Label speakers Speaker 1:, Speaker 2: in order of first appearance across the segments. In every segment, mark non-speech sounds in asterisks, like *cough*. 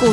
Speaker 1: 股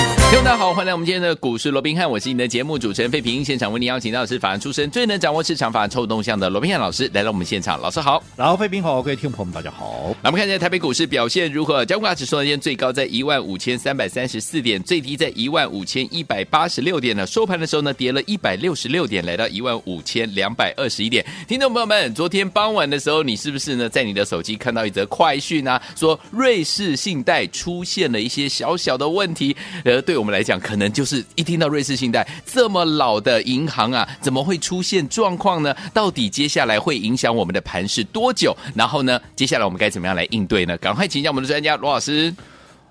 Speaker 2: 听众大家好，欢迎来我们今天的股市罗宾汉，我是你的节目主持人费平。现场为您邀请到的是法案出身、最能掌握市场法臭动向的罗宾汉老师来到我们现场，老师好。
Speaker 3: 然后，费宾好，各位听众朋友们，大家好。
Speaker 2: 那我们看一下台北股市表现如何？加权指数呢，今天最高在15,334点，最低在15,186点呢。收盘的时候呢，跌了166点，来到15,221点。听众朋友们，昨天傍晚的时候，你是不是呢，在你的手机看到一则快讯啊，说瑞士信贷出现了一些小小的问题？呃，对我们来讲，可能就是一听到瑞士信贷这么老的银行啊，怎么会出现状况呢？到底接下来会影响我们的盘势多久？然后呢，接下来我们该怎么样来应对呢？赶快请教我们的专家罗老师。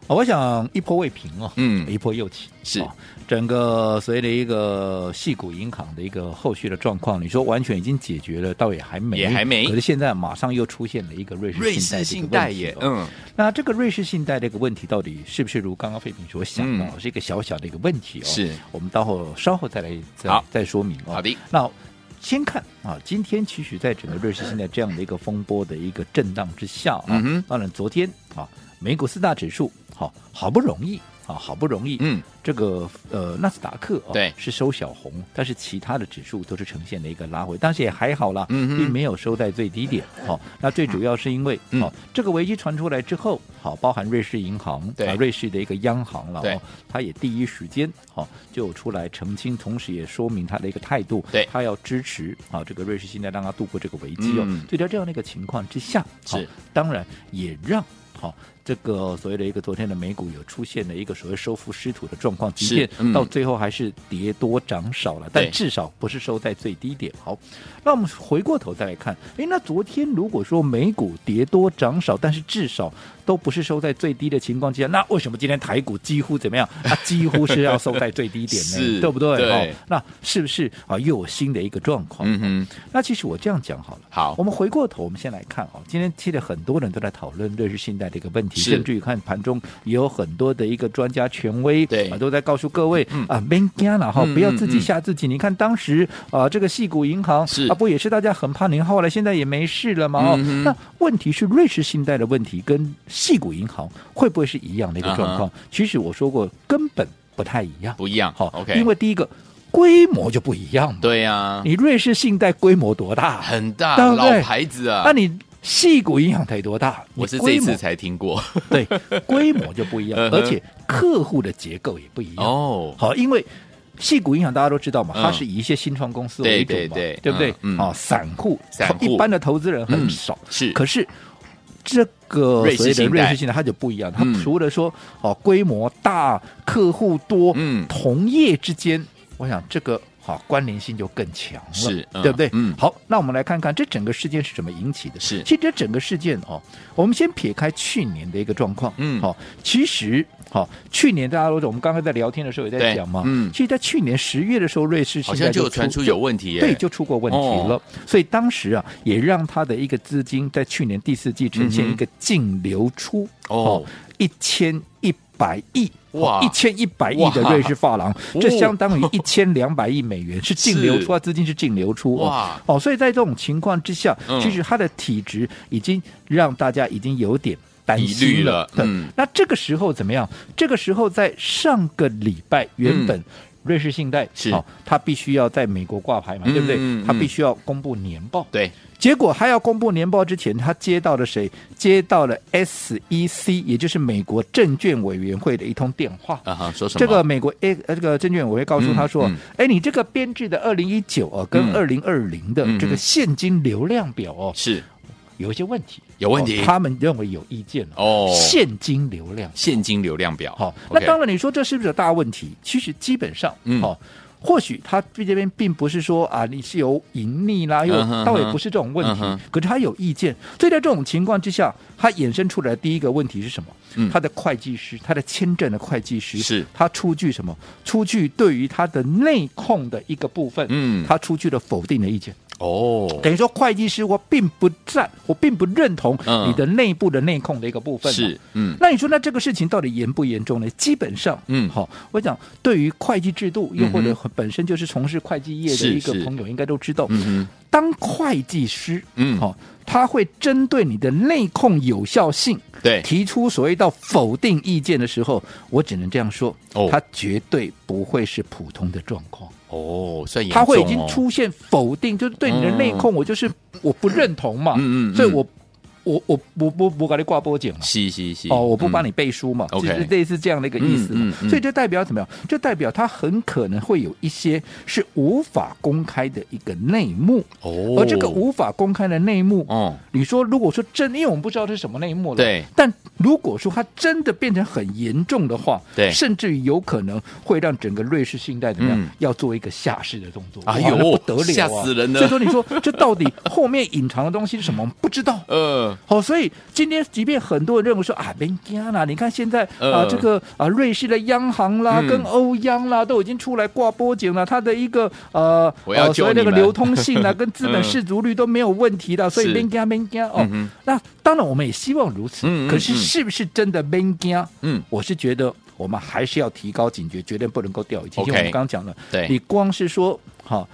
Speaker 3: 哦我想一波未平哦，
Speaker 2: 嗯
Speaker 3: 一波又起
Speaker 2: 是
Speaker 3: 哦整个随着一个系股银行的一个后续的状况，你说完全已经解决了，倒也还没，
Speaker 2: 也还没
Speaker 3: 可是现在马上又出现了一个瑞
Speaker 2: *laughs* 瑞
Speaker 3: 士
Speaker 2: 士
Speaker 3: 信
Speaker 2: 信
Speaker 3: 贷
Speaker 2: 贷
Speaker 3: 的一
Speaker 2: 也
Speaker 3: 个问题、哦。
Speaker 2: 嗯
Speaker 3: 那这个瑞士信贷这个问题到底是不是如刚刚费平所想的、哦，是一个小小的一个问题哦？
Speaker 2: 嗯是，
Speaker 3: 我们到后稍后再来再
Speaker 2: 好
Speaker 3: 再说明哦。
Speaker 2: 好的，
Speaker 3: 那先看啊，今天其实在整个瑞士现在这样的一个风波的一个震荡之下啊，
Speaker 2: 嗯哼
Speaker 3: 当然昨天啊，美股四大指数好、好不容易啊，好不容易，
Speaker 2: 嗯，
Speaker 3: 这个呃纳斯达克啊、
Speaker 2: 对
Speaker 3: 是收小红，但是其他的指数都是呈现了一个拉回，但是也还好啦，
Speaker 2: 嗯哼
Speaker 3: 并没有收在最低点。好、那最主要是因为
Speaker 2: 嗯
Speaker 3: 哦，这个危机传出来之后，好、包含瑞士银行
Speaker 2: 对
Speaker 3: 啊，瑞士的一个央行了，
Speaker 2: 对
Speaker 3: 哦，它也第一时间好、就出来澄清，同时也说明它的一个态度，
Speaker 2: 对
Speaker 3: 它要支持啊、这个瑞士现在让它度过这个危机哦。
Speaker 2: 嗯
Speaker 3: 所以在这样的一个情况之下，好
Speaker 2: 是
Speaker 3: 当然也让好、这个所谓的一个昨天的美股有出现了一个所谓收复失土的状况，
Speaker 2: 是
Speaker 3: 即便
Speaker 2: 嗯
Speaker 3: 到最后还是跌多涨少了，
Speaker 2: 对
Speaker 3: 但至少不是收在最低点。好，那我们回过头再来看，诶，那昨天如果说美股跌多涨少，但是至少都不是收在最低的情况之下，那为什么今天台股几乎怎么样？
Speaker 2: *laughs*
Speaker 3: 它几乎是要收在最低点
Speaker 2: 是
Speaker 3: 呢？对不对？
Speaker 2: 对
Speaker 3: 哦，那是不是啊又有新的一个状况？
Speaker 2: 嗯哼，
Speaker 3: 那其实我这样讲好了。
Speaker 2: 好
Speaker 3: 我，们回过头，我们先来看哦，今天其实很多人都在讨论瑞士信贷的一个问题，
Speaker 2: 是
Speaker 3: 甚至于看盘中也有很多的一个专家权威，
Speaker 2: 对
Speaker 3: 啊、都在告诉各位、
Speaker 2: 嗯
Speaker 3: 啊，别干了哈
Speaker 2: 嗯，
Speaker 3: 不要自
Speaker 2: 嗯
Speaker 3: 己
Speaker 2: 嗯
Speaker 3: 吓自己。你看当时啊，这个系股银行
Speaker 2: 是
Speaker 3: 啊，不也是大家很怕您，后来现在也没事了嘛哦。
Speaker 2: 嗯哼
Speaker 3: 那问题是瑞士信贷的问题跟系股银行会不会是一样的一个状况？
Speaker 2: 啊
Speaker 3: 其实我说过，根本不太一样。
Speaker 2: 不一样。
Speaker 3: 好、
Speaker 2: ，OK，啊
Speaker 3: 因为第一个规模就不一样嘛。
Speaker 2: 对呀，
Speaker 3: 你瑞士信贷规模多大？啊
Speaker 2: 很大
Speaker 3: 对不
Speaker 2: 老
Speaker 3: 对
Speaker 2: 牌子啊
Speaker 3: 那，你细股影响才多大？
Speaker 2: 我是
Speaker 3: 你
Speaker 2: 这
Speaker 3: 规
Speaker 2: 一
Speaker 3: 模
Speaker 2: 次才听过
Speaker 3: 对
Speaker 2: *laughs*
Speaker 3: 规模就不一样
Speaker 2: 嗯，哼
Speaker 3: 而且客户的结构也不一样。
Speaker 2: 哦。
Speaker 3: 好，因为细股影响大家都知道嘛，
Speaker 2: 嗯
Speaker 3: 它是以一些新创公司为主嘛，
Speaker 2: 对对对
Speaker 3: 不对？
Speaker 2: 嗯嗯
Speaker 3: 哦，散户，
Speaker 2: 散户
Speaker 3: 一般的投资人很少，
Speaker 2: 是，
Speaker 3: 可是。这个
Speaker 2: 瑞士
Speaker 3: 所谓的
Speaker 2: 信贷
Speaker 3: 瑞士信贷，它就不一样。它
Speaker 2: 嗯
Speaker 3: 除了说哦规模大、客户多，
Speaker 2: 嗯
Speaker 3: 同业之间，我想这个好、关联性就更强了，
Speaker 2: 是嗯
Speaker 3: 对不对？
Speaker 2: 嗯
Speaker 3: 好，那我们来看看这整个事件是怎么引起的。
Speaker 2: 是
Speaker 3: 其实这整个事件哦，我们先撇开去年的一个状况，
Speaker 2: 嗯
Speaker 3: 好、其实好、去年大家都我们刚刚在聊天的时候也在
Speaker 2: 对
Speaker 3: 讲嘛，
Speaker 2: 嗯
Speaker 3: 其实，在去年十月的时候，瑞士
Speaker 2: 好
Speaker 3: 现
Speaker 2: 像
Speaker 3: 在
Speaker 2: 就有传出有问题耶。哦
Speaker 3: 对，就出过问题了。所以当时啊，也让他的一个资金在去年第四季呈
Speaker 2: 嗯
Speaker 3: 现一个净流出
Speaker 2: 嗯哼哦，
Speaker 3: 一千一百亿。哦
Speaker 2: 哇
Speaker 3: 一千一百亿
Speaker 2: 哇哦
Speaker 3: 的瑞士法郎，这相当于一千两百亿美元，是净流
Speaker 2: 是
Speaker 3: 出啊，资金是净流出
Speaker 2: 哇
Speaker 3: 哇！哦，所以在这种情况之下
Speaker 2: 嗯，
Speaker 3: 其实它的体质已经让大家已经有点担
Speaker 2: 疑虑
Speaker 3: 心
Speaker 2: 了
Speaker 3: 了。
Speaker 2: 嗯
Speaker 3: 那这个时候怎么样？这个时候在上个礼拜，原本瑞士信贷
Speaker 2: 嗯是
Speaker 3: 哦，它必须要在美国挂牌嘛，
Speaker 2: 嗯
Speaker 3: 对不对
Speaker 2: 嗯？
Speaker 3: 它必须要公布年报。
Speaker 2: 对，
Speaker 3: 结果还要公布年报之前，他接到了谁？接到了 SEC，也就是美国证券委员会的一通电话。
Speaker 2: 啊哈，说什么？
Speaker 3: 这个美国 A 呃这个证券委员会告诉他说
Speaker 2: 嗯嗯：“
Speaker 3: 哎、你这个编制的二零一九哦，跟
Speaker 2: 嗯
Speaker 3: 二零二零的
Speaker 2: 嗯嗯
Speaker 3: 这个现金流量表哦，
Speaker 2: 是
Speaker 3: 有一些问题，
Speaker 2: 有问题
Speaker 3: 哦他们认为有意见哦。
Speaker 2: 哦，
Speaker 3: 现金流量
Speaker 2: 现金流量表。
Speaker 3: 好、
Speaker 2: OK
Speaker 3: 那当然，你说这是不是有大问题？其实基本上，
Speaker 2: 嗯
Speaker 3: 哦，或许他这边并不是说啊，你是有盈利啦，又
Speaker 2: 嗯哼
Speaker 3: 倒也
Speaker 2: 哼
Speaker 3: 不是这种问题，
Speaker 2: 嗯哼
Speaker 3: 可是他有意见，所以在这种情况之下，他衍生出来的第一个问题是什么？
Speaker 2: 嗯
Speaker 3: 他的会计师，他的签证的会计师
Speaker 2: 是
Speaker 3: 他出具什么？出具对于他的内控的一个部分，
Speaker 2: 嗯
Speaker 3: 他出具了否定的意见。
Speaker 2: 哦，
Speaker 3: 等于说会计师我并不赞，我并不认同
Speaker 2: 嗯
Speaker 3: 你的内部的内控的一个部分嘛
Speaker 2: 是，嗯，
Speaker 3: 那你说，那这个事情到底严不严重呢？基本上，
Speaker 2: 嗯
Speaker 3: 好、我讲对于会计制度，又或
Speaker 2: 嗯
Speaker 3: 者本身就是从事会计业的
Speaker 2: 是
Speaker 3: 一个
Speaker 2: 是
Speaker 3: 朋友，应该都知道，
Speaker 2: 嗯哼，
Speaker 3: 当会计师，
Speaker 2: 嗯
Speaker 3: 好、他会针对你的内控有效性
Speaker 2: 对，
Speaker 3: 提出所谓到否定意见的时候，我只能这样说，
Speaker 2: 哦
Speaker 3: 他绝对不会是普通的状况。
Speaker 2: 哦，算严重
Speaker 3: 他
Speaker 2: 哦嗯
Speaker 3: 会已经，出现否定，就是对你的内控，我就是我不认同嘛，
Speaker 2: 嗯嗯嗯
Speaker 3: 所以我我我我我我给你挂波警嘛。
Speaker 2: 是是是，
Speaker 3: 哦，我不帮
Speaker 2: 你，
Speaker 3: 你背书嘛，
Speaker 2: 嗯 OK
Speaker 3: 就是类似这样的一个意思嘛
Speaker 2: 嗯嗯嗯
Speaker 3: 所以就代表怎么样？就代表他很可能会有一些是无法公开的一个内幕，
Speaker 2: 哦，
Speaker 3: 而这个，无法公开的内幕，
Speaker 2: 哦，
Speaker 3: 你说如果说真，因为我们不知道这是什么内幕了，
Speaker 2: 对。
Speaker 3: 但如果说它真的变成很严重的话，
Speaker 2: 对
Speaker 3: 甚至于有可能会让整个瑞士信贷怎么样，
Speaker 2: 嗯
Speaker 3: 要做一个下市的动作，
Speaker 2: 哎
Speaker 3: 哇
Speaker 2: 呦
Speaker 3: 那不得了、啊，
Speaker 2: 吓死人了
Speaker 3: 所以说，你说这到底后面隐藏的东西是什么？我们不知道。
Speaker 2: 呃，
Speaker 3: 好、哦所以今天即便很多人认为说啊，没加啦，你看现在啊、
Speaker 2: 呃
Speaker 3: 这个啊，瑞士的央行啦，
Speaker 2: 嗯
Speaker 3: 跟欧央啦，都已经出来挂波警了，它的一个呃，
Speaker 2: 我要
Speaker 3: 呃所谓
Speaker 2: 救
Speaker 3: 那
Speaker 2: 你
Speaker 3: 个
Speaker 2: 们
Speaker 3: 流通
Speaker 2: *laughs*
Speaker 3: 性啦，跟资
Speaker 2: 嗯
Speaker 3: 本市足率都没有问题的，所以
Speaker 2: 是
Speaker 3: 没加没加哦。
Speaker 2: 嗯哼
Speaker 3: 那当然，我们也希望如此，
Speaker 2: 嗯嗯
Speaker 3: 可是
Speaker 2: 嗯
Speaker 3: 是不是真的没加？
Speaker 2: 嗯，
Speaker 3: 我是觉得我们还是要提高警觉，绝对不能够掉以轻心。
Speaker 2: OK
Speaker 3: 因为我们刚刚讲了，
Speaker 2: 对
Speaker 3: 你光是说好。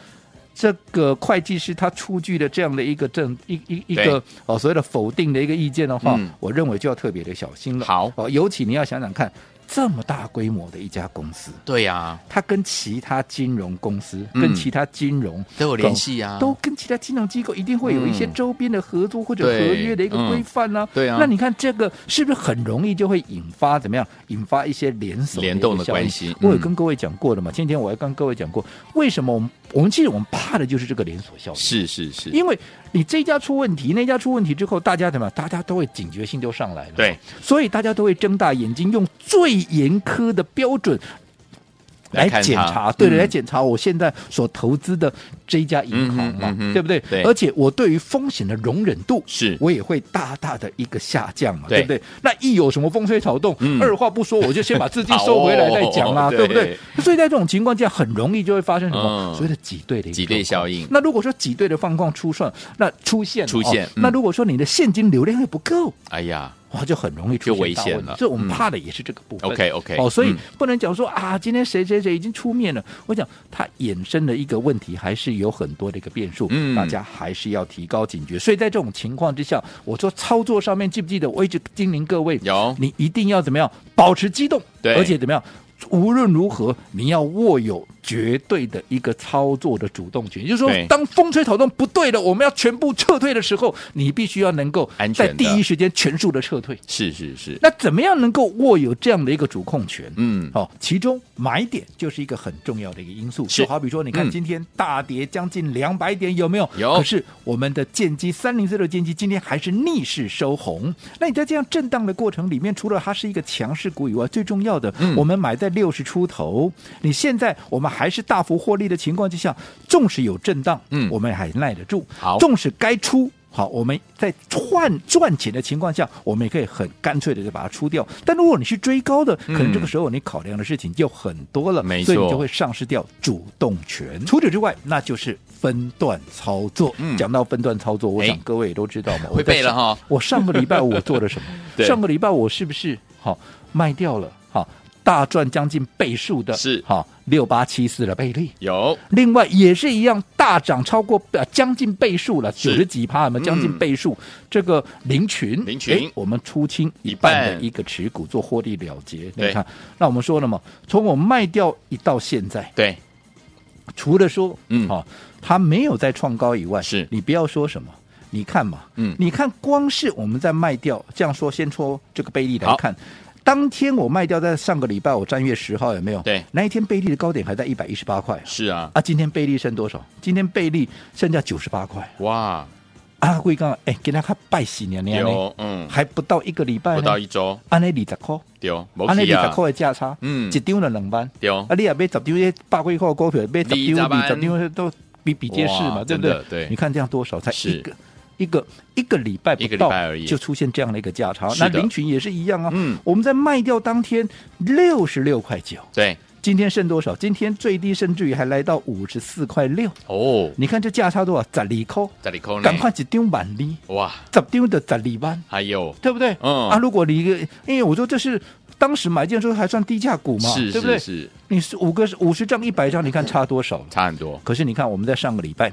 Speaker 3: 这个会计师他出具的这样的一个证一一一
Speaker 2: 对
Speaker 3: 个哦所谓的否定的一个意见的话，
Speaker 2: 嗯
Speaker 3: 我认为就要特别的小心了。
Speaker 2: 好
Speaker 3: 哦，尤其你要想想看，这么大规模的一家公司，
Speaker 2: 对呀，
Speaker 3: 它跟其他金融公司、
Speaker 2: 嗯
Speaker 3: 跟其他金融
Speaker 2: 都有联系啊，
Speaker 3: 都跟其他金融机构一定会有一些
Speaker 2: 嗯
Speaker 3: 周边的合作或者
Speaker 2: 对
Speaker 3: 合约的一个规范呢、
Speaker 2: 对啊
Speaker 3: 那你看这个是不是很容易就会引发怎么样？引发一些联手
Speaker 2: 联动的
Speaker 3: 的一个效应
Speaker 2: 关系
Speaker 3: 我有
Speaker 2: 嗯
Speaker 3: 跟各位讲过的嘛，今天我还跟各位讲过，为什么我们我们其实我们怕的就是这个连锁效应。
Speaker 2: 是是是，
Speaker 3: 因为你这家出问题，那家出问题之后，大家怎么样？大家都会警觉性就上来了。
Speaker 2: 对，
Speaker 3: 所以大家都会睁大眼睛，用最严苛的标准
Speaker 2: 来
Speaker 3: 来
Speaker 2: 看它
Speaker 3: 检查，对的，
Speaker 2: 嗯
Speaker 3: 来检查我现在所投资的这一家银行嘛，
Speaker 2: 嗯哼嗯哼
Speaker 3: 对不对？
Speaker 2: 对
Speaker 3: 而且我对于风险的容忍度。
Speaker 2: 是
Speaker 3: 我也会大大的一个下降嘛，
Speaker 2: 对
Speaker 3: 对不对？那一有什么风吹草动，
Speaker 2: 嗯
Speaker 3: 二话不说，我就先把资金收回
Speaker 2: *laughs*
Speaker 3: 来
Speaker 2: 好哦
Speaker 3: 再讲啦，
Speaker 2: 对
Speaker 3: 对不对？所以在这种情况下，很容易就会发生什么
Speaker 2: 嗯
Speaker 3: 所谓的挤兑的一个
Speaker 2: 挤兑
Speaker 3: 状
Speaker 2: 效
Speaker 3: 况
Speaker 2: 应
Speaker 3: 那如果说挤兑的状况出算，那出现了
Speaker 2: 出现
Speaker 3: 哦
Speaker 2: 嗯
Speaker 3: 那如果说你的现金流量又不够，
Speaker 2: 哎呀，
Speaker 3: 哇，就很容易出
Speaker 2: 就危
Speaker 3: 现大
Speaker 2: 险
Speaker 3: 问题
Speaker 2: 了
Speaker 3: 所以我
Speaker 2: 嗯
Speaker 3: 们怕的也是这个部分。
Speaker 2: OK，OK，
Speaker 3: 哦，所以
Speaker 2: 嗯
Speaker 3: 不能讲说啊，今天谁谁谁已经出面了。我讲它衍生的一个问题还是有很多的一个变数，
Speaker 2: 嗯
Speaker 3: 大家还是要提高警觉。所以在这种情况之下，我说操作上面记不记得？我一直叮咛各位，
Speaker 2: 有
Speaker 3: 你一定要怎么样保持激动，
Speaker 2: 哦对
Speaker 3: 而且怎么样？无论如何，你要握有绝对的一个操作的主动权，也就是说
Speaker 2: 对，
Speaker 3: 当风吹草动不对了，我们要全部撤退的时候，你必须要能够
Speaker 2: 安全
Speaker 3: 在
Speaker 2: 的
Speaker 3: 第一时间全速的撤退。
Speaker 2: 是是是，
Speaker 3: 那怎么样能够握有这样的一个主控权？
Speaker 2: 嗯，
Speaker 3: 哦，其中买点就是一个很重要的一个因素。
Speaker 2: 是
Speaker 3: 就好比说，你看
Speaker 2: 嗯
Speaker 3: 今天大跌将近两百点，有没有？
Speaker 2: 有
Speaker 3: 可是我们的剑机三零四六剑机今天还是逆势收红。那你在这样震荡的过程里面，除了它是一个强势股以外，最重要的，
Speaker 2: 嗯
Speaker 3: 我们买在六十出头，你现在我们还是大幅获利的情况之下，纵使有震荡，
Speaker 2: 嗯
Speaker 3: 我们还耐得住。
Speaker 2: 好
Speaker 3: 纵使该出。好，我们在换赚钱的情况下，我们也可以很干脆的就把它出掉。但如果你是追高的，可能这个时候你考量的事情就很多了，
Speaker 2: 嗯没
Speaker 3: 所以你
Speaker 2: 错
Speaker 3: 就会丧失掉主动权。除此之外，那就是分段操作。
Speaker 2: 嗯
Speaker 3: 讲到分段操作，我
Speaker 2: 哎
Speaker 3: 想各位也都知道嘛，
Speaker 2: *laughs* 会
Speaker 3: 我在
Speaker 2: 背了
Speaker 3: 上
Speaker 2: 哈。
Speaker 3: 我上个礼拜我做了什么？
Speaker 2: *laughs* 对
Speaker 3: 上个礼拜我是不是好卖掉了？好，大赚将近倍数的，
Speaker 2: 是
Speaker 3: 好六八七四的倍率。
Speaker 2: 有
Speaker 3: 另外也是一样，大涨超过呃将近倍数了，九
Speaker 2: 是嗯
Speaker 3: 十几趴，我们将近倍数。这个林群，哎
Speaker 2: 林群
Speaker 3: 诶我们出清一
Speaker 2: 一
Speaker 3: 半
Speaker 2: 半
Speaker 3: 的一个持股做获利了结。
Speaker 2: 对
Speaker 3: 你看，那我们说了嘛，从我卖掉一到现在，
Speaker 2: 对，
Speaker 3: 除了说，
Speaker 2: 嗯
Speaker 3: 好、它没有再创高以外，
Speaker 2: 是
Speaker 3: 你不要说什么。你看嘛，
Speaker 2: 嗯
Speaker 3: 你看光是我们在卖掉，这样说，先说这个贝利来
Speaker 2: 好
Speaker 3: 看，当天我卖掉，在上个礼拜我三月十号有没有？
Speaker 2: 对
Speaker 3: 那一天贝利的高点还在一百一十八块，
Speaker 2: 是啊，
Speaker 3: 啊，今天贝利剩多少？今天贝利剩下九十八块。
Speaker 2: 哇，
Speaker 3: 啊，贵刚，哎，给他看拜喜年年呢，
Speaker 2: 有，嗯，
Speaker 3: 还不到一个礼拜
Speaker 2: 不
Speaker 3: 呢，
Speaker 2: 到一周，
Speaker 3: 安尼二十块，
Speaker 2: 丢，没
Speaker 3: 安尼
Speaker 2: 去
Speaker 3: 二
Speaker 2: 啊
Speaker 3: 十，块的价差，
Speaker 2: 嗯
Speaker 3: 一张了两万。
Speaker 2: 丢
Speaker 3: 啊，，你也买十张，那百几块的股票，买十
Speaker 2: 二十
Speaker 3: 张、
Speaker 2: 万
Speaker 3: 二十张都比比皆是
Speaker 2: 哇
Speaker 3: 嘛，对不对
Speaker 2: 真的？对
Speaker 3: 你看这样多少才
Speaker 2: 是
Speaker 3: 一个。一个一个礼拜
Speaker 2: 一
Speaker 3: 不
Speaker 2: 个礼
Speaker 3: 到
Speaker 2: 拜而已
Speaker 3: 就出现这样的一个价差，
Speaker 2: 是
Speaker 3: 那
Speaker 2: 的
Speaker 3: 林群也是一样啊。
Speaker 2: 嗯
Speaker 3: 我们在卖掉当天六十六块九，
Speaker 2: 对，
Speaker 3: 今天剩多少？今天最低甚至于还来到五十四块六。
Speaker 2: 哦，
Speaker 3: 你看这价差多少？十二扣，
Speaker 2: 这里扣呢？
Speaker 3: 赶快一张万二，
Speaker 2: 哇，哎
Speaker 3: 十张的十二万，
Speaker 2: 还有
Speaker 3: 对不对？
Speaker 2: 嗯
Speaker 3: 啊，如果你一个，因为我说这是当时买进的时候还算低价股嘛，
Speaker 2: 是
Speaker 3: 对不对
Speaker 2: 是？是，
Speaker 3: 你是五个五十张、一百张，你看差多少？
Speaker 2: 差很多，
Speaker 3: 可是你看，我们在上个礼拜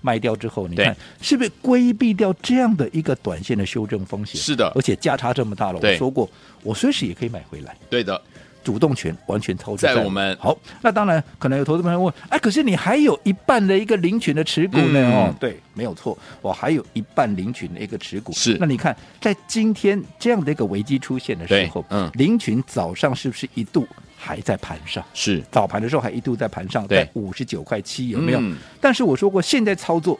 Speaker 3: 卖掉之后，你看
Speaker 2: 对
Speaker 3: 是不是规避掉这样的一个短线的修正风险？
Speaker 2: 是的
Speaker 3: 而且价差这么大了，我
Speaker 2: 对
Speaker 3: 说过，我随时也可以买回来，
Speaker 2: 对的，
Speaker 3: 主动权完全操作
Speaker 2: 在我
Speaker 3: 我
Speaker 2: 们
Speaker 3: 好。那当然，可能有投资朋友问，哎，可是你还有一半的一个领取的持股呢？
Speaker 2: 嗯
Speaker 3: 哦，对，没有错，我还有一半领取的一个持股。
Speaker 2: 是
Speaker 3: 那你看，在今天这样的一个危机出现的时候
Speaker 2: 对，嗯
Speaker 3: 领群早上是不是一度还在盘上？
Speaker 2: 是
Speaker 3: 早盘的时候还一度在盘上，
Speaker 2: 对
Speaker 3: 在五十九块七，有没有？
Speaker 2: 嗯
Speaker 3: 但是我说过，现在操作，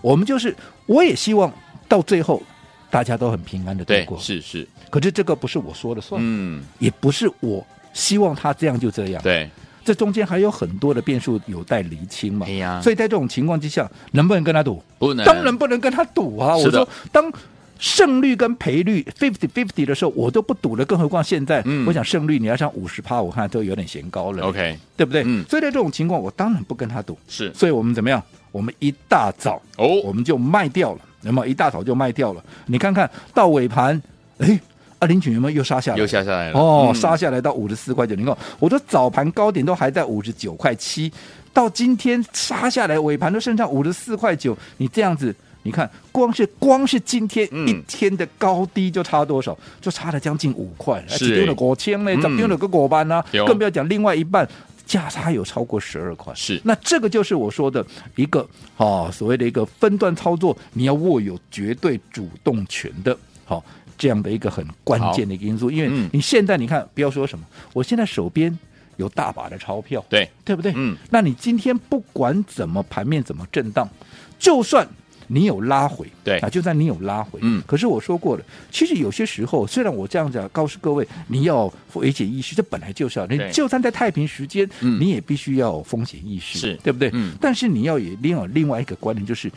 Speaker 3: 我们就是我也希望到最后大家都很平安的度
Speaker 2: 对，
Speaker 3: 过。
Speaker 2: 是是，
Speaker 3: 可是这个不是我说了算，
Speaker 2: 嗯，
Speaker 3: 也不是我希望他这样就这样。
Speaker 2: 对，
Speaker 3: 这中间还有很多的变数有待厘清嘛。
Speaker 2: 哎呀
Speaker 3: 所以在这种情况之下，能不能跟他赌？
Speaker 2: 不能，
Speaker 3: 当然不能跟他赌啊！
Speaker 2: 是
Speaker 3: 我
Speaker 2: 的
Speaker 3: 说，当胜率跟赔率 fifty fifty 的时候，我都不赌了，更何况现在，
Speaker 2: 嗯
Speaker 3: 我想胜率你要上五十趴，我看都有点嫌高了。
Speaker 2: ，OK，
Speaker 3: 对不对？
Speaker 2: 嗯
Speaker 3: 所以在这种情况，我当然不跟他赌。
Speaker 2: 是
Speaker 3: 所以我们怎么样？我们一大早我
Speaker 2: 哦，
Speaker 3: 们就卖掉了，那么一大早就卖掉了。你看看到尾盘，哎，啊，林群有没有又杀下来？
Speaker 2: 又下下来了，
Speaker 3: 哦，
Speaker 2: 嗯
Speaker 3: 杀下来到五十四块九零六。我说早盘高点都还在五十九块七，到今天杀下来尾盘都剩下五十四块九，你这样子。你看，光是光是今天
Speaker 2: 嗯
Speaker 3: 一天的高低就差多少？就差了将近五块，
Speaker 2: 是
Speaker 3: 丢了五千嘞，
Speaker 2: 嗯
Speaker 3: 怎么丢了个果班呢、
Speaker 2: 有
Speaker 3: 更不要讲另外一半价差有超过十二块。
Speaker 2: 是
Speaker 3: 那这个就是我说的一个哦，所谓的一个分段操作，你要握有绝对主动权的，好、这样的一个很关键的一个因素，
Speaker 2: 嗯
Speaker 3: 因为你现在你看，不要说什么，我现在手边有大把的钞票，
Speaker 2: 对，
Speaker 3: 对不对？
Speaker 2: 嗯，
Speaker 3: 那你今天不管怎么盘面怎么震荡，就算你有拉回，
Speaker 2: 对
Speaker 3: 啊，就算你有拉回，
Speaker 2: 嗯
Speaker 3: 可是我说过了，其实有些时候，虽然我这样讲，告诉各位，你要有危险意识，这本来就是啊，你
Speaker 2: 对
Speaker 3: 就算在太平时间，
Speaker 2: 嗯
Speaker 3: 你也必须要有风险意识，
Speaker 2: 是
Speaker 3: 对不对？
Speaker 2: 嗯
Speaker 3: 但是你要也另有另外一个观点，就是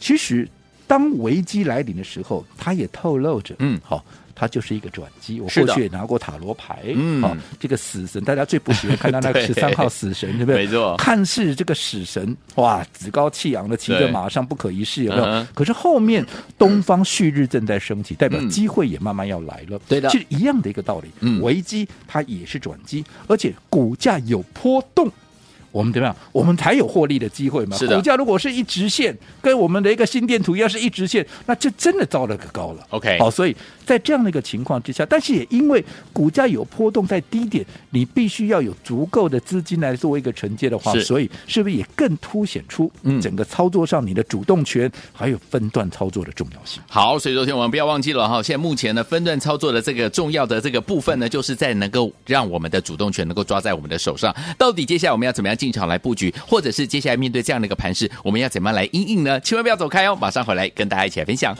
Speaker 3: 其实当危机来临的时候，它也透露着，
Speaker 2: 嗯
Speaker 3: 好、它就是一个转机。我
Speaker 2: 是的
Speaker 3: 过去也拿过塔罗牌，
Speaker 2: 嗯
Speaker 3: 好、这个死神，大家最不喜欢看到那个
Speaker 2: *laughs* 对
Speaker 3: 十三号死神，对不对？
Speaker 2: 没错
Speaker 3: 看似这个死神，哇，趾高气扬的骑着
Speaker 2: 对
Speaker 3: 马上不可一世，有没有？
Speaker 2: 嗯哼
Speaker 3: 可是后面东方旭日正在升起，代表
Speaker 2: 嗯
Speaker 3: 机会也慢慢要来了。
Speaker 2: 对的
Speaker 3: 其实一样的一个道理，
Speaker 2: 嗯
Speaker 3: 危机它也是转机，而且股价有波动。我们怎么样？我们才有获利的机会嘛。
Speaker 2: 是的
Speaker 3: 股价如果是一直线，跟我们的一个心电图要是一直线，那这真的糟了个高了。
Speaker 2: OK
Speaker 3: 好，所以在这样的一个情况之下，但是也因为股价有波动在低点，你必须要有足够的资金来做一个承接的话，
Speaker 2: 是
Speaker 3: 所以是不是也更凸显出
Speaker 2: 嗯
Speaker 3: 整个操作上你的主动权还有分段操作的重要性？
Speaker 2: 好，所以昨天我们不要忘记了哈，现在目前呢分段操作的这个重要的这个部分呢，就是在能够让我们的主动权能够抓在我们的手上。到底接下来我们要怎么样进场来布局，或者是接下来面对这样的一个盘势，我们要怎么样来应应呢？千万不要走开哦，马上回来跟大家一起来分享。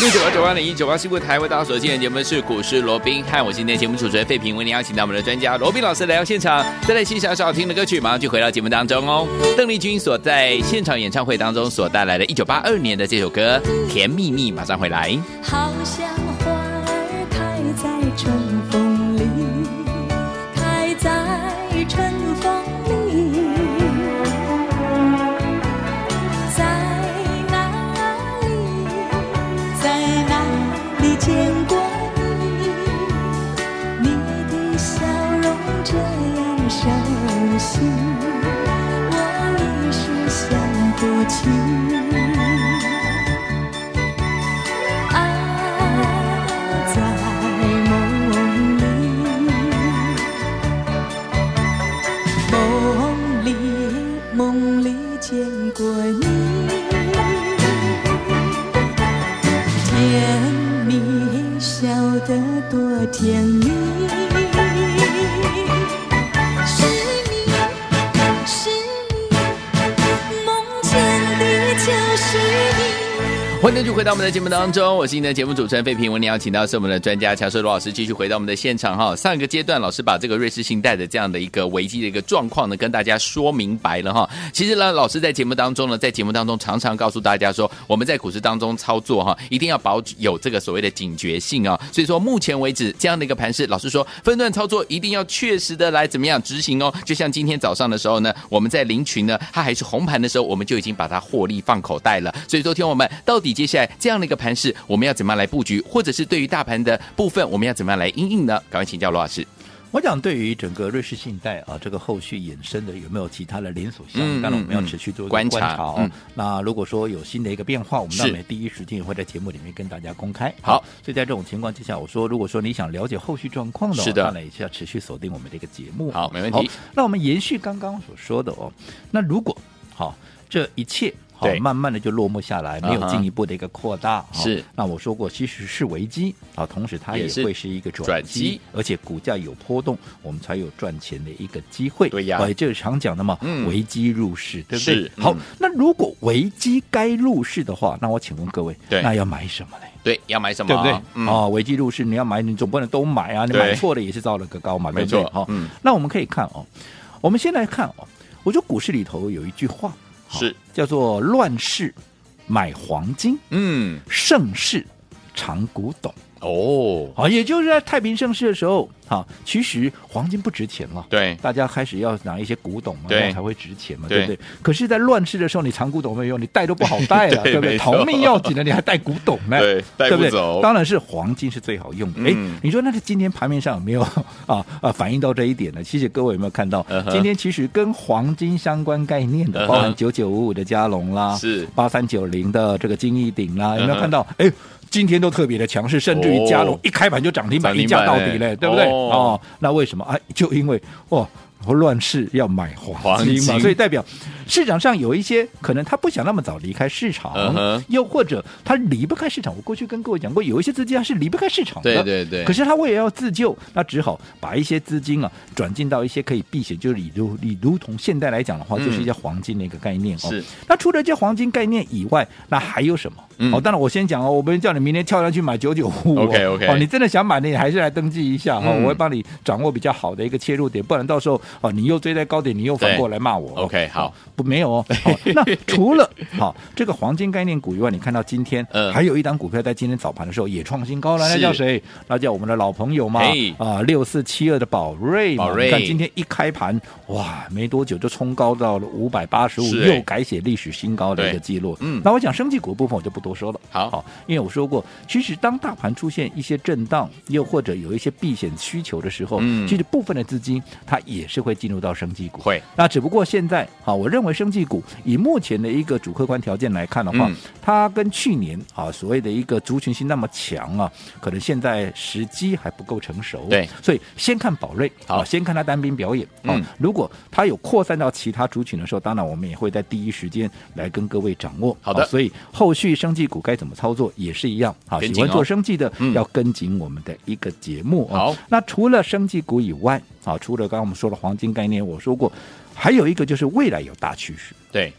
Speaker 2: 六九八九八零一九八新闻台为大家所见的节目是股市罗宾汉，我今天的节目主持人费平，为您邀请到我们的专家罗宾老师来到现场，再来欣赏少听的歌曲，马上就回到节目当中哦。邓丽君所在现场演唱会当中所带来的一九八二年的这首歌《甜蜜蜜》，马上回来。
Speaker 4: 好像花儿开在春风里，开在春风里，在哪里，在哪里见过你？你的笑容这样熟悉，我一时想不起。爱在梦里，梦里梦里见过你，甜蜜笑得多甜蜜，是你，是你。梦见的情
Speaker 2: 欢迎继续回到我们的节目当中，我是您的节目主持人费平。我们邀请到是我们的专家乔世罗老师，继续回到我们的现场哈。上一个阶段，老师把这个瑞士信贷的这样的一个危机的一个状况呢，跟大家说明白了哈。其实呢，老师在节目当中呢，在节目当中常常告诉大家说，我们在股市当中操作哈，一定要保有这个所谓的警觉性啊。所以说，目前为止这样的一个盘势，老师说分段操作一定要确实的来怎么样执行哦。就像今天早上的时候呢，我们在林群呢，它还是红盘的时候，我们就已经把它获利放口袋了。所以说，听我们到底接下来这样的一个盘势，我们要怎么样来布局，或者是对于大盘的部分，我们要怎么样来应应呢？赶快请教罗老师。
Speaker 3: 我想，对于整个瑞士信贷啊，这个后续衍生的有没有其他的连锁效应？
Speaker 2: 嗯
Speaker 3: 当然，我们要
Speaker 2: 嗯
Speaker 3: 持续做一个
Speaker 2: 观
Speaker 3: 观
Speaker 2: 察
Speaker 3: 察。
Speaker 2: 嗯
Speaker 3: 哦。那如果说有新的一个变化，我们
Speaker 2: 是
Speaker 3: 当然第一时间也会在节目里面跟大家公开。
Speaker 2: 好
Speaker 3: 所以在这种情况之下，我说，如果说你想了解后续状况的话，
Speaker 2: 是的
Speaker 3: 当然也是要持续锁定我们这个节目。
Speaker 2: 好没问题
Speaker 3: 那我们延续刚刚所说的哦，那如果好、这一切。好
Speaker 2: 对，
Speaker 3: 慢慢的就落幕下来，没
Speaker 2: 啊
Speaker 3: 有
Speaker 2: 哈
Speaker 3: 进一步的一个扩大。好
Speaker 2: 是，
Speaker 3: 那我说过，其实是危机啊，同时它
Speaker 2: 也
Speaker 3: 也
Speaker 2: 是
Speaker 3: 会是一个
Speaker 2: 转
Speaker 3: 转
Speaker 2: 机
Speaker 3: 机。而且股价有波动，我们才有赚钱的一个机会。
Speaker 2: 对呀
Speaker 3: 哎这个常讲的嘛，
Speaker 2: 嗯
Speaker 3: 危机入市，对不对？
Speaker 2: 是嗯
Speaker 3: 好，那如果危机该入市的话，那我请问各位，
Speaker 2: 对
Speaker 3: 那要买什么嘞？
Speaker 2: 对，要买什么
Speaker 3: 对
Speaker 2: 啊？
Speaker 3: 不对？
Speaker 2: 嗯，
Speaker 3: 哦，危机入市，你要买，你总不能都买啊，你
Speaker 2: 对
Speaker 3: 买错了也是造了个高嘛，
Speaker 2: 没
Speaker 3: 对不对
Speaker 2: 错
Speaker 3: 好
Speaker 2: 嗯
Speaker 3: 那我们可以看哦，我们先来看哦，我觉得股市里头有一句话好
Speaker 2: 是
Speaker 3: 叫做“乱世买黄金，
Speaker 2: 嗯，
Speaker 3: 盛世藏古董”。
Speaker 2: 哦，
Speaker 3: 好，也就是在太平盛世的时候，好，其实黄金不值钱了。
Speaker 2: 对，
Speaker 3: 大家开始要拿一些古董嘛，
Speaker 2: 对
Speaker 3: 这样才会值钱嘛，
Speaker 2: 对
Speaker 3: 对不对？可是，在乱世的时候，你藏古董没有用，你带都不好带
Speaker 2: *laughs*
Speaker 3: 了，
Speaker 2: 对
Speaker 3: 对不对？
Speaker 2: 没错
Speaker 3: 逃命要紧了，你还带古董
Speaker 2: *laughs*
Speaker 3: 呢，
Speaker 2: 对带不
Speaker 3: 不对
Speaker 2: 走
Speaker 3: 当然是黄金是最好用的。哎、
Speaker 2: 嗯
Speaker 3: 你说那是今天盘面上有没有 *laughs* 啊啊反映到这一点呢？谢谢各位有没有看到
Speaker 2: 嗯哼
Speaker 3: 今天其实跟黄金相关概念的
Speaker 2: 嗯，哼
Speaker 3: 包含九九五五的嘉龙啦，
Speaker 2: 是
Speaker 3: 八三九零的这个金逸鼎啦，有没
Speaker 2: 嗯哼
Speaker 3: 有看到？哎、今天都特别的强势，甚至于嘉龙
Speaker 2: 哦
Speaker 3: 一开盘就涨停板，
Speaker 2: 涨停
Speaker 3: 一价
Speaker 2: 板
Speaker 3: 到
Speaker 2: 哎
Speaker 3: 底嘞，对不对？
Speaker 2: 哦
Speaker 3: 哦，那为什么啊？就因为哇，乱世要买黄金
Speaker 2: 黄
Speaker 3: 嘛，
Speaker 2: 金
Speaker 3: 所以代表市场上有一些可能他不想那么早离开市场，
Speaker 2: 嗯哼
Speaker 3: 又或者他离不开市场。我过去跟各位讲过，有一些资金他是离不开市场的，
Speaker 2: 对对对
Speaker 3: 可是他为了要自救，那只好把一些资金啊转进到一些可以避险，就是以如以如同现代来讲的话，
Speaker 2: 嗯
Speaker 3: 就是一些黄金的一个概念哦。
Speaker 2: 是
Speaker 3: 那除了这黄金概念以外，那还有什么？
Speaker 2: 嗯
Speaker 3: 哦，当然我先讲哦，我不是叫你明天跳上去买九九五
Speaker 2: OK，OK
Speaker 3: 哦，你真的想买的，你还是来登记一下哈、哦
Speaker 2: 嗯
Speaker 3: 我会帮你掌握比较好的一个切入点，不然到时候哦，你又追在高点，你又反过来骂我。
Speaker 2: 对 OK，好
Speaker 3: 哦不
Speaker 2: *laughs*
Speaker 3: 没有哦。好那除了好、这个黄金概念股以外，你看到今天、
Speaker 2: 嗯
Speaker 3: 还有一档股票在今天早盘的时候也创新高了，那
Speaker 2: 是
Speaker 3: 叫谁？那叫我们的老朋友嘛
Speaker 2: 嘿，
Speaker 3: 啊，六四七二的宝瑞嘛。
Speaker 2: 宝瑞
Speaker 3: 你看今天一开盘，哇，没多久就冲高到了五百八十五，
Speaker 2: 是
Speaker 3: 又改写历史新高的一
Speaker 2: 对
Speaker 3: 个记录。
Speaker 2: 嗯
Speaker 3: 那我讲生技股的部分我就不多说了。
Speaker 2: 好
Speaker 3: 好，因为我说过，其实当大盘出现一些震荡，又或者有一些避险需求的时候，
Speaker 2: 嗯
Speaker 3: 其实部分的资金它也是会进入到生技股。
Speaker 2: 会
Speaker 3: 那只不过现在啊，我认为生技股以目前的一个主客观条件来看的话，
Speaker 2: 嗯
Speaker 3: 它跟去年啊所谓的一个族群性那么强啊，可能现在时机还不够成熟。
Speaker 2: 对，
Speaker 3: 所以先看宝瑞，
Speaker 2: 好
Speaker 3: 啊，先看它单兵表演。啊
Speaker 2: 嗯
Speaker 3: 如果它有扩散到其他族群的时候，当然我们也会在第一时间来跟各位掌握。
Speaker 2: 好的
Speaker 3: 啊所以后续生技股该怎么操作也是一样。好，
Speaker 2: 跟紧
Speaker 3: 喜欢
Speaker 2: 哦
Speaker 3: 做生技的、
Speaker 2: 嗯
Speaker 3: 要跟紧我们的一个节目、哦。
Speaker 2: 好
Speaker 3: 那除了生技股以外，啊，除了刚刚我们说的黄金概念，我说过，还有一个就是未来有大趋势，
Speaker 2: 对，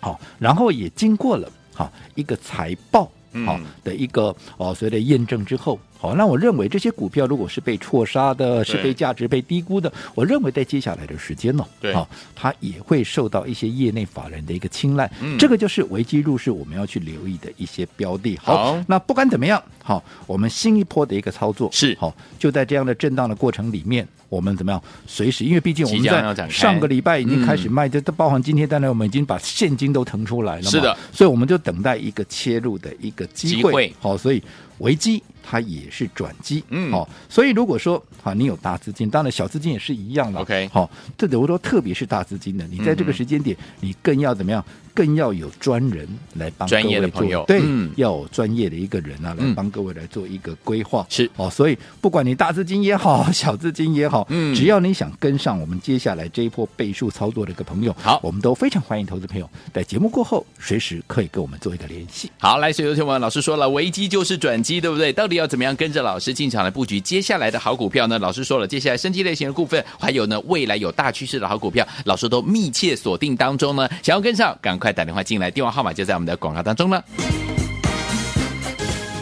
Speaker 3: 好、然后也经过了好、一个财报。
Speaker 2: 嗯
Speaker 3: 好、的一个哦，所谓的验证之后，好、那我认为这些股票如果是被错杀的，是被价值被低估的，我认为在接下来的时间呢、
Speaker 2: 对
Speaker 3: 好、它也会受到一些业内法人的一个青睐，
Speaker 2: 嗯
Speaker 3: 这个就是危机入市我们要去留意的一些标的。
Speaker 2: 好
Speaker 3: 那不管怎么样，好、我们新一波的一个操作
Speaker 2: 是
Speaker 3: 好、就在这样的震荡的过程里面，我们怎么样随时，因为毕竟我们
Speaker 2: 即将要展
Speaker 3: 在
Speaker 2: 开
Speaker 3: 上个礼拜已经开始
Speaker 2: 嗯
Speaker 3: 卖，这、这包含今天，当然我们已经把现金都腾出来了嘛，
Speaker 2: 是的，
Speaker 3: 所以我们就等待一个切入的一个机
Speaker 2: 机会
Speaker 3: 会，好、所以危机它也是转机，
Speaker 2: 嗯
Speaker 3: 好、所以如果说啊，你有大资金，当然小资金也是一样的
Speaker 2: OK 嗯
Speaker 3: 好、这我说特别是大资金的，你在这个时间点，你更要怎么样？更要有专人来帮
Speaker 2: 专业的
Speaker 3: 各位做
Speaker 2: 朋友
Speaker 3: 对，
Speaker 2: 嗯
Speaker 3: 要有专业的一个人啊，来
Speaker 2: 嗯
Speaker 3: 帮各位来做一个规划，
Speaker 2: 是
Speaker 3: 哦，所以不管你大资金也好，小资金也好，
Speaker 2: 嗯
Speaker 3: 只要你想跟上我们接下来这一波倍数操作的一个朋友，
Speaker 2: 好
Speaker 3: 我们都非常欢迎投资朋友在节目过后随时可以跟我们做一个联系。
Speaker 2: 好，来，所以有听友们，老师说了，危机就是转机，对不对？到底要怎么样跟着老师进场来布局接下来的好股票呢？老师说了，接下来升级类型的股份，还有呢未来有大趋势的好股票，老师都密切锁定当中呢。想要跟上，赶快打电话进来，电话号码就在我们的广告当中了。
Speaker 4: 你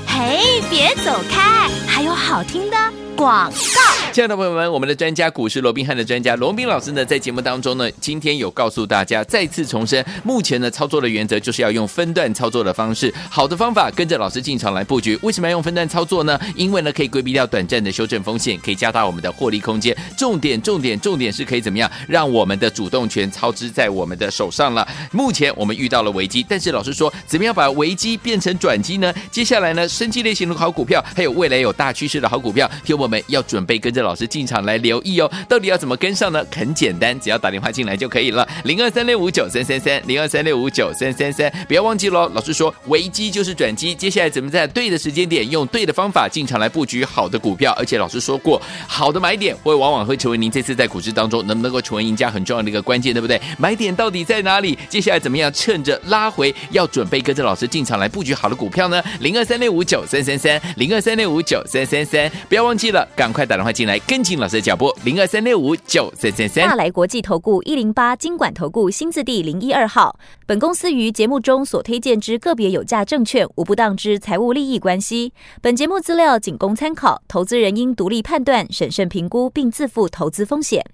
Speaker 5: 嘿，别走开，还有好听的广告。
Speaker 2: 亲爱的朋友们，我们的专家股市罗宾汉的专家罗宾老师呢，在节目当中呢，今天有告诉大家，再次重申，目前呢操作的原则就是要用分段操作的方式，好的方法跟着老师进场来布局。为什么要用分段操作呢？因为呢可以规避掉短暂的修正风险，可以加大我们的获利空间。重点重点重点是可以怎么样，让我们的主动权操之在我们的手上了。目前我们遇到了危机，但是老师说，怎么样把危机变成转机呢？接下来呢，生机类型的好股票，还有未来有大趋势的好股票，听我们要准备跟着老师进场来留意哦。到底要怎么跟上呢？很简单，只要打电话进来就可以了，零二三六五九三三三，零二三六五九三三三，不要忘记喽。老师说，危机就是转机，接下来怎么在对的时间点，用对的方法进场来布局好的股票？而且老师说过，好的买点会往往会成为您这次在股市当中能不能够成为赢家很重要的一个关键，对不对？买点到底在哪里？接下来怎么样趁着拉回，要准备跟着老师进场来布局好的股票呢？零二三六五九三三三，零二三六五九三三三，不要忘记了，赶快打电话进来跟紧老师的脚步，零二三六五九三三三
Speaker 6: 大。来国际投顾一零八金管投顾新字第零一二号。本公司于节目中所推荐之个别有价证券，无不当之财务利益关系。本节目资料仅供参考，投资人应独立判断、审慎评估，并自负投资风险。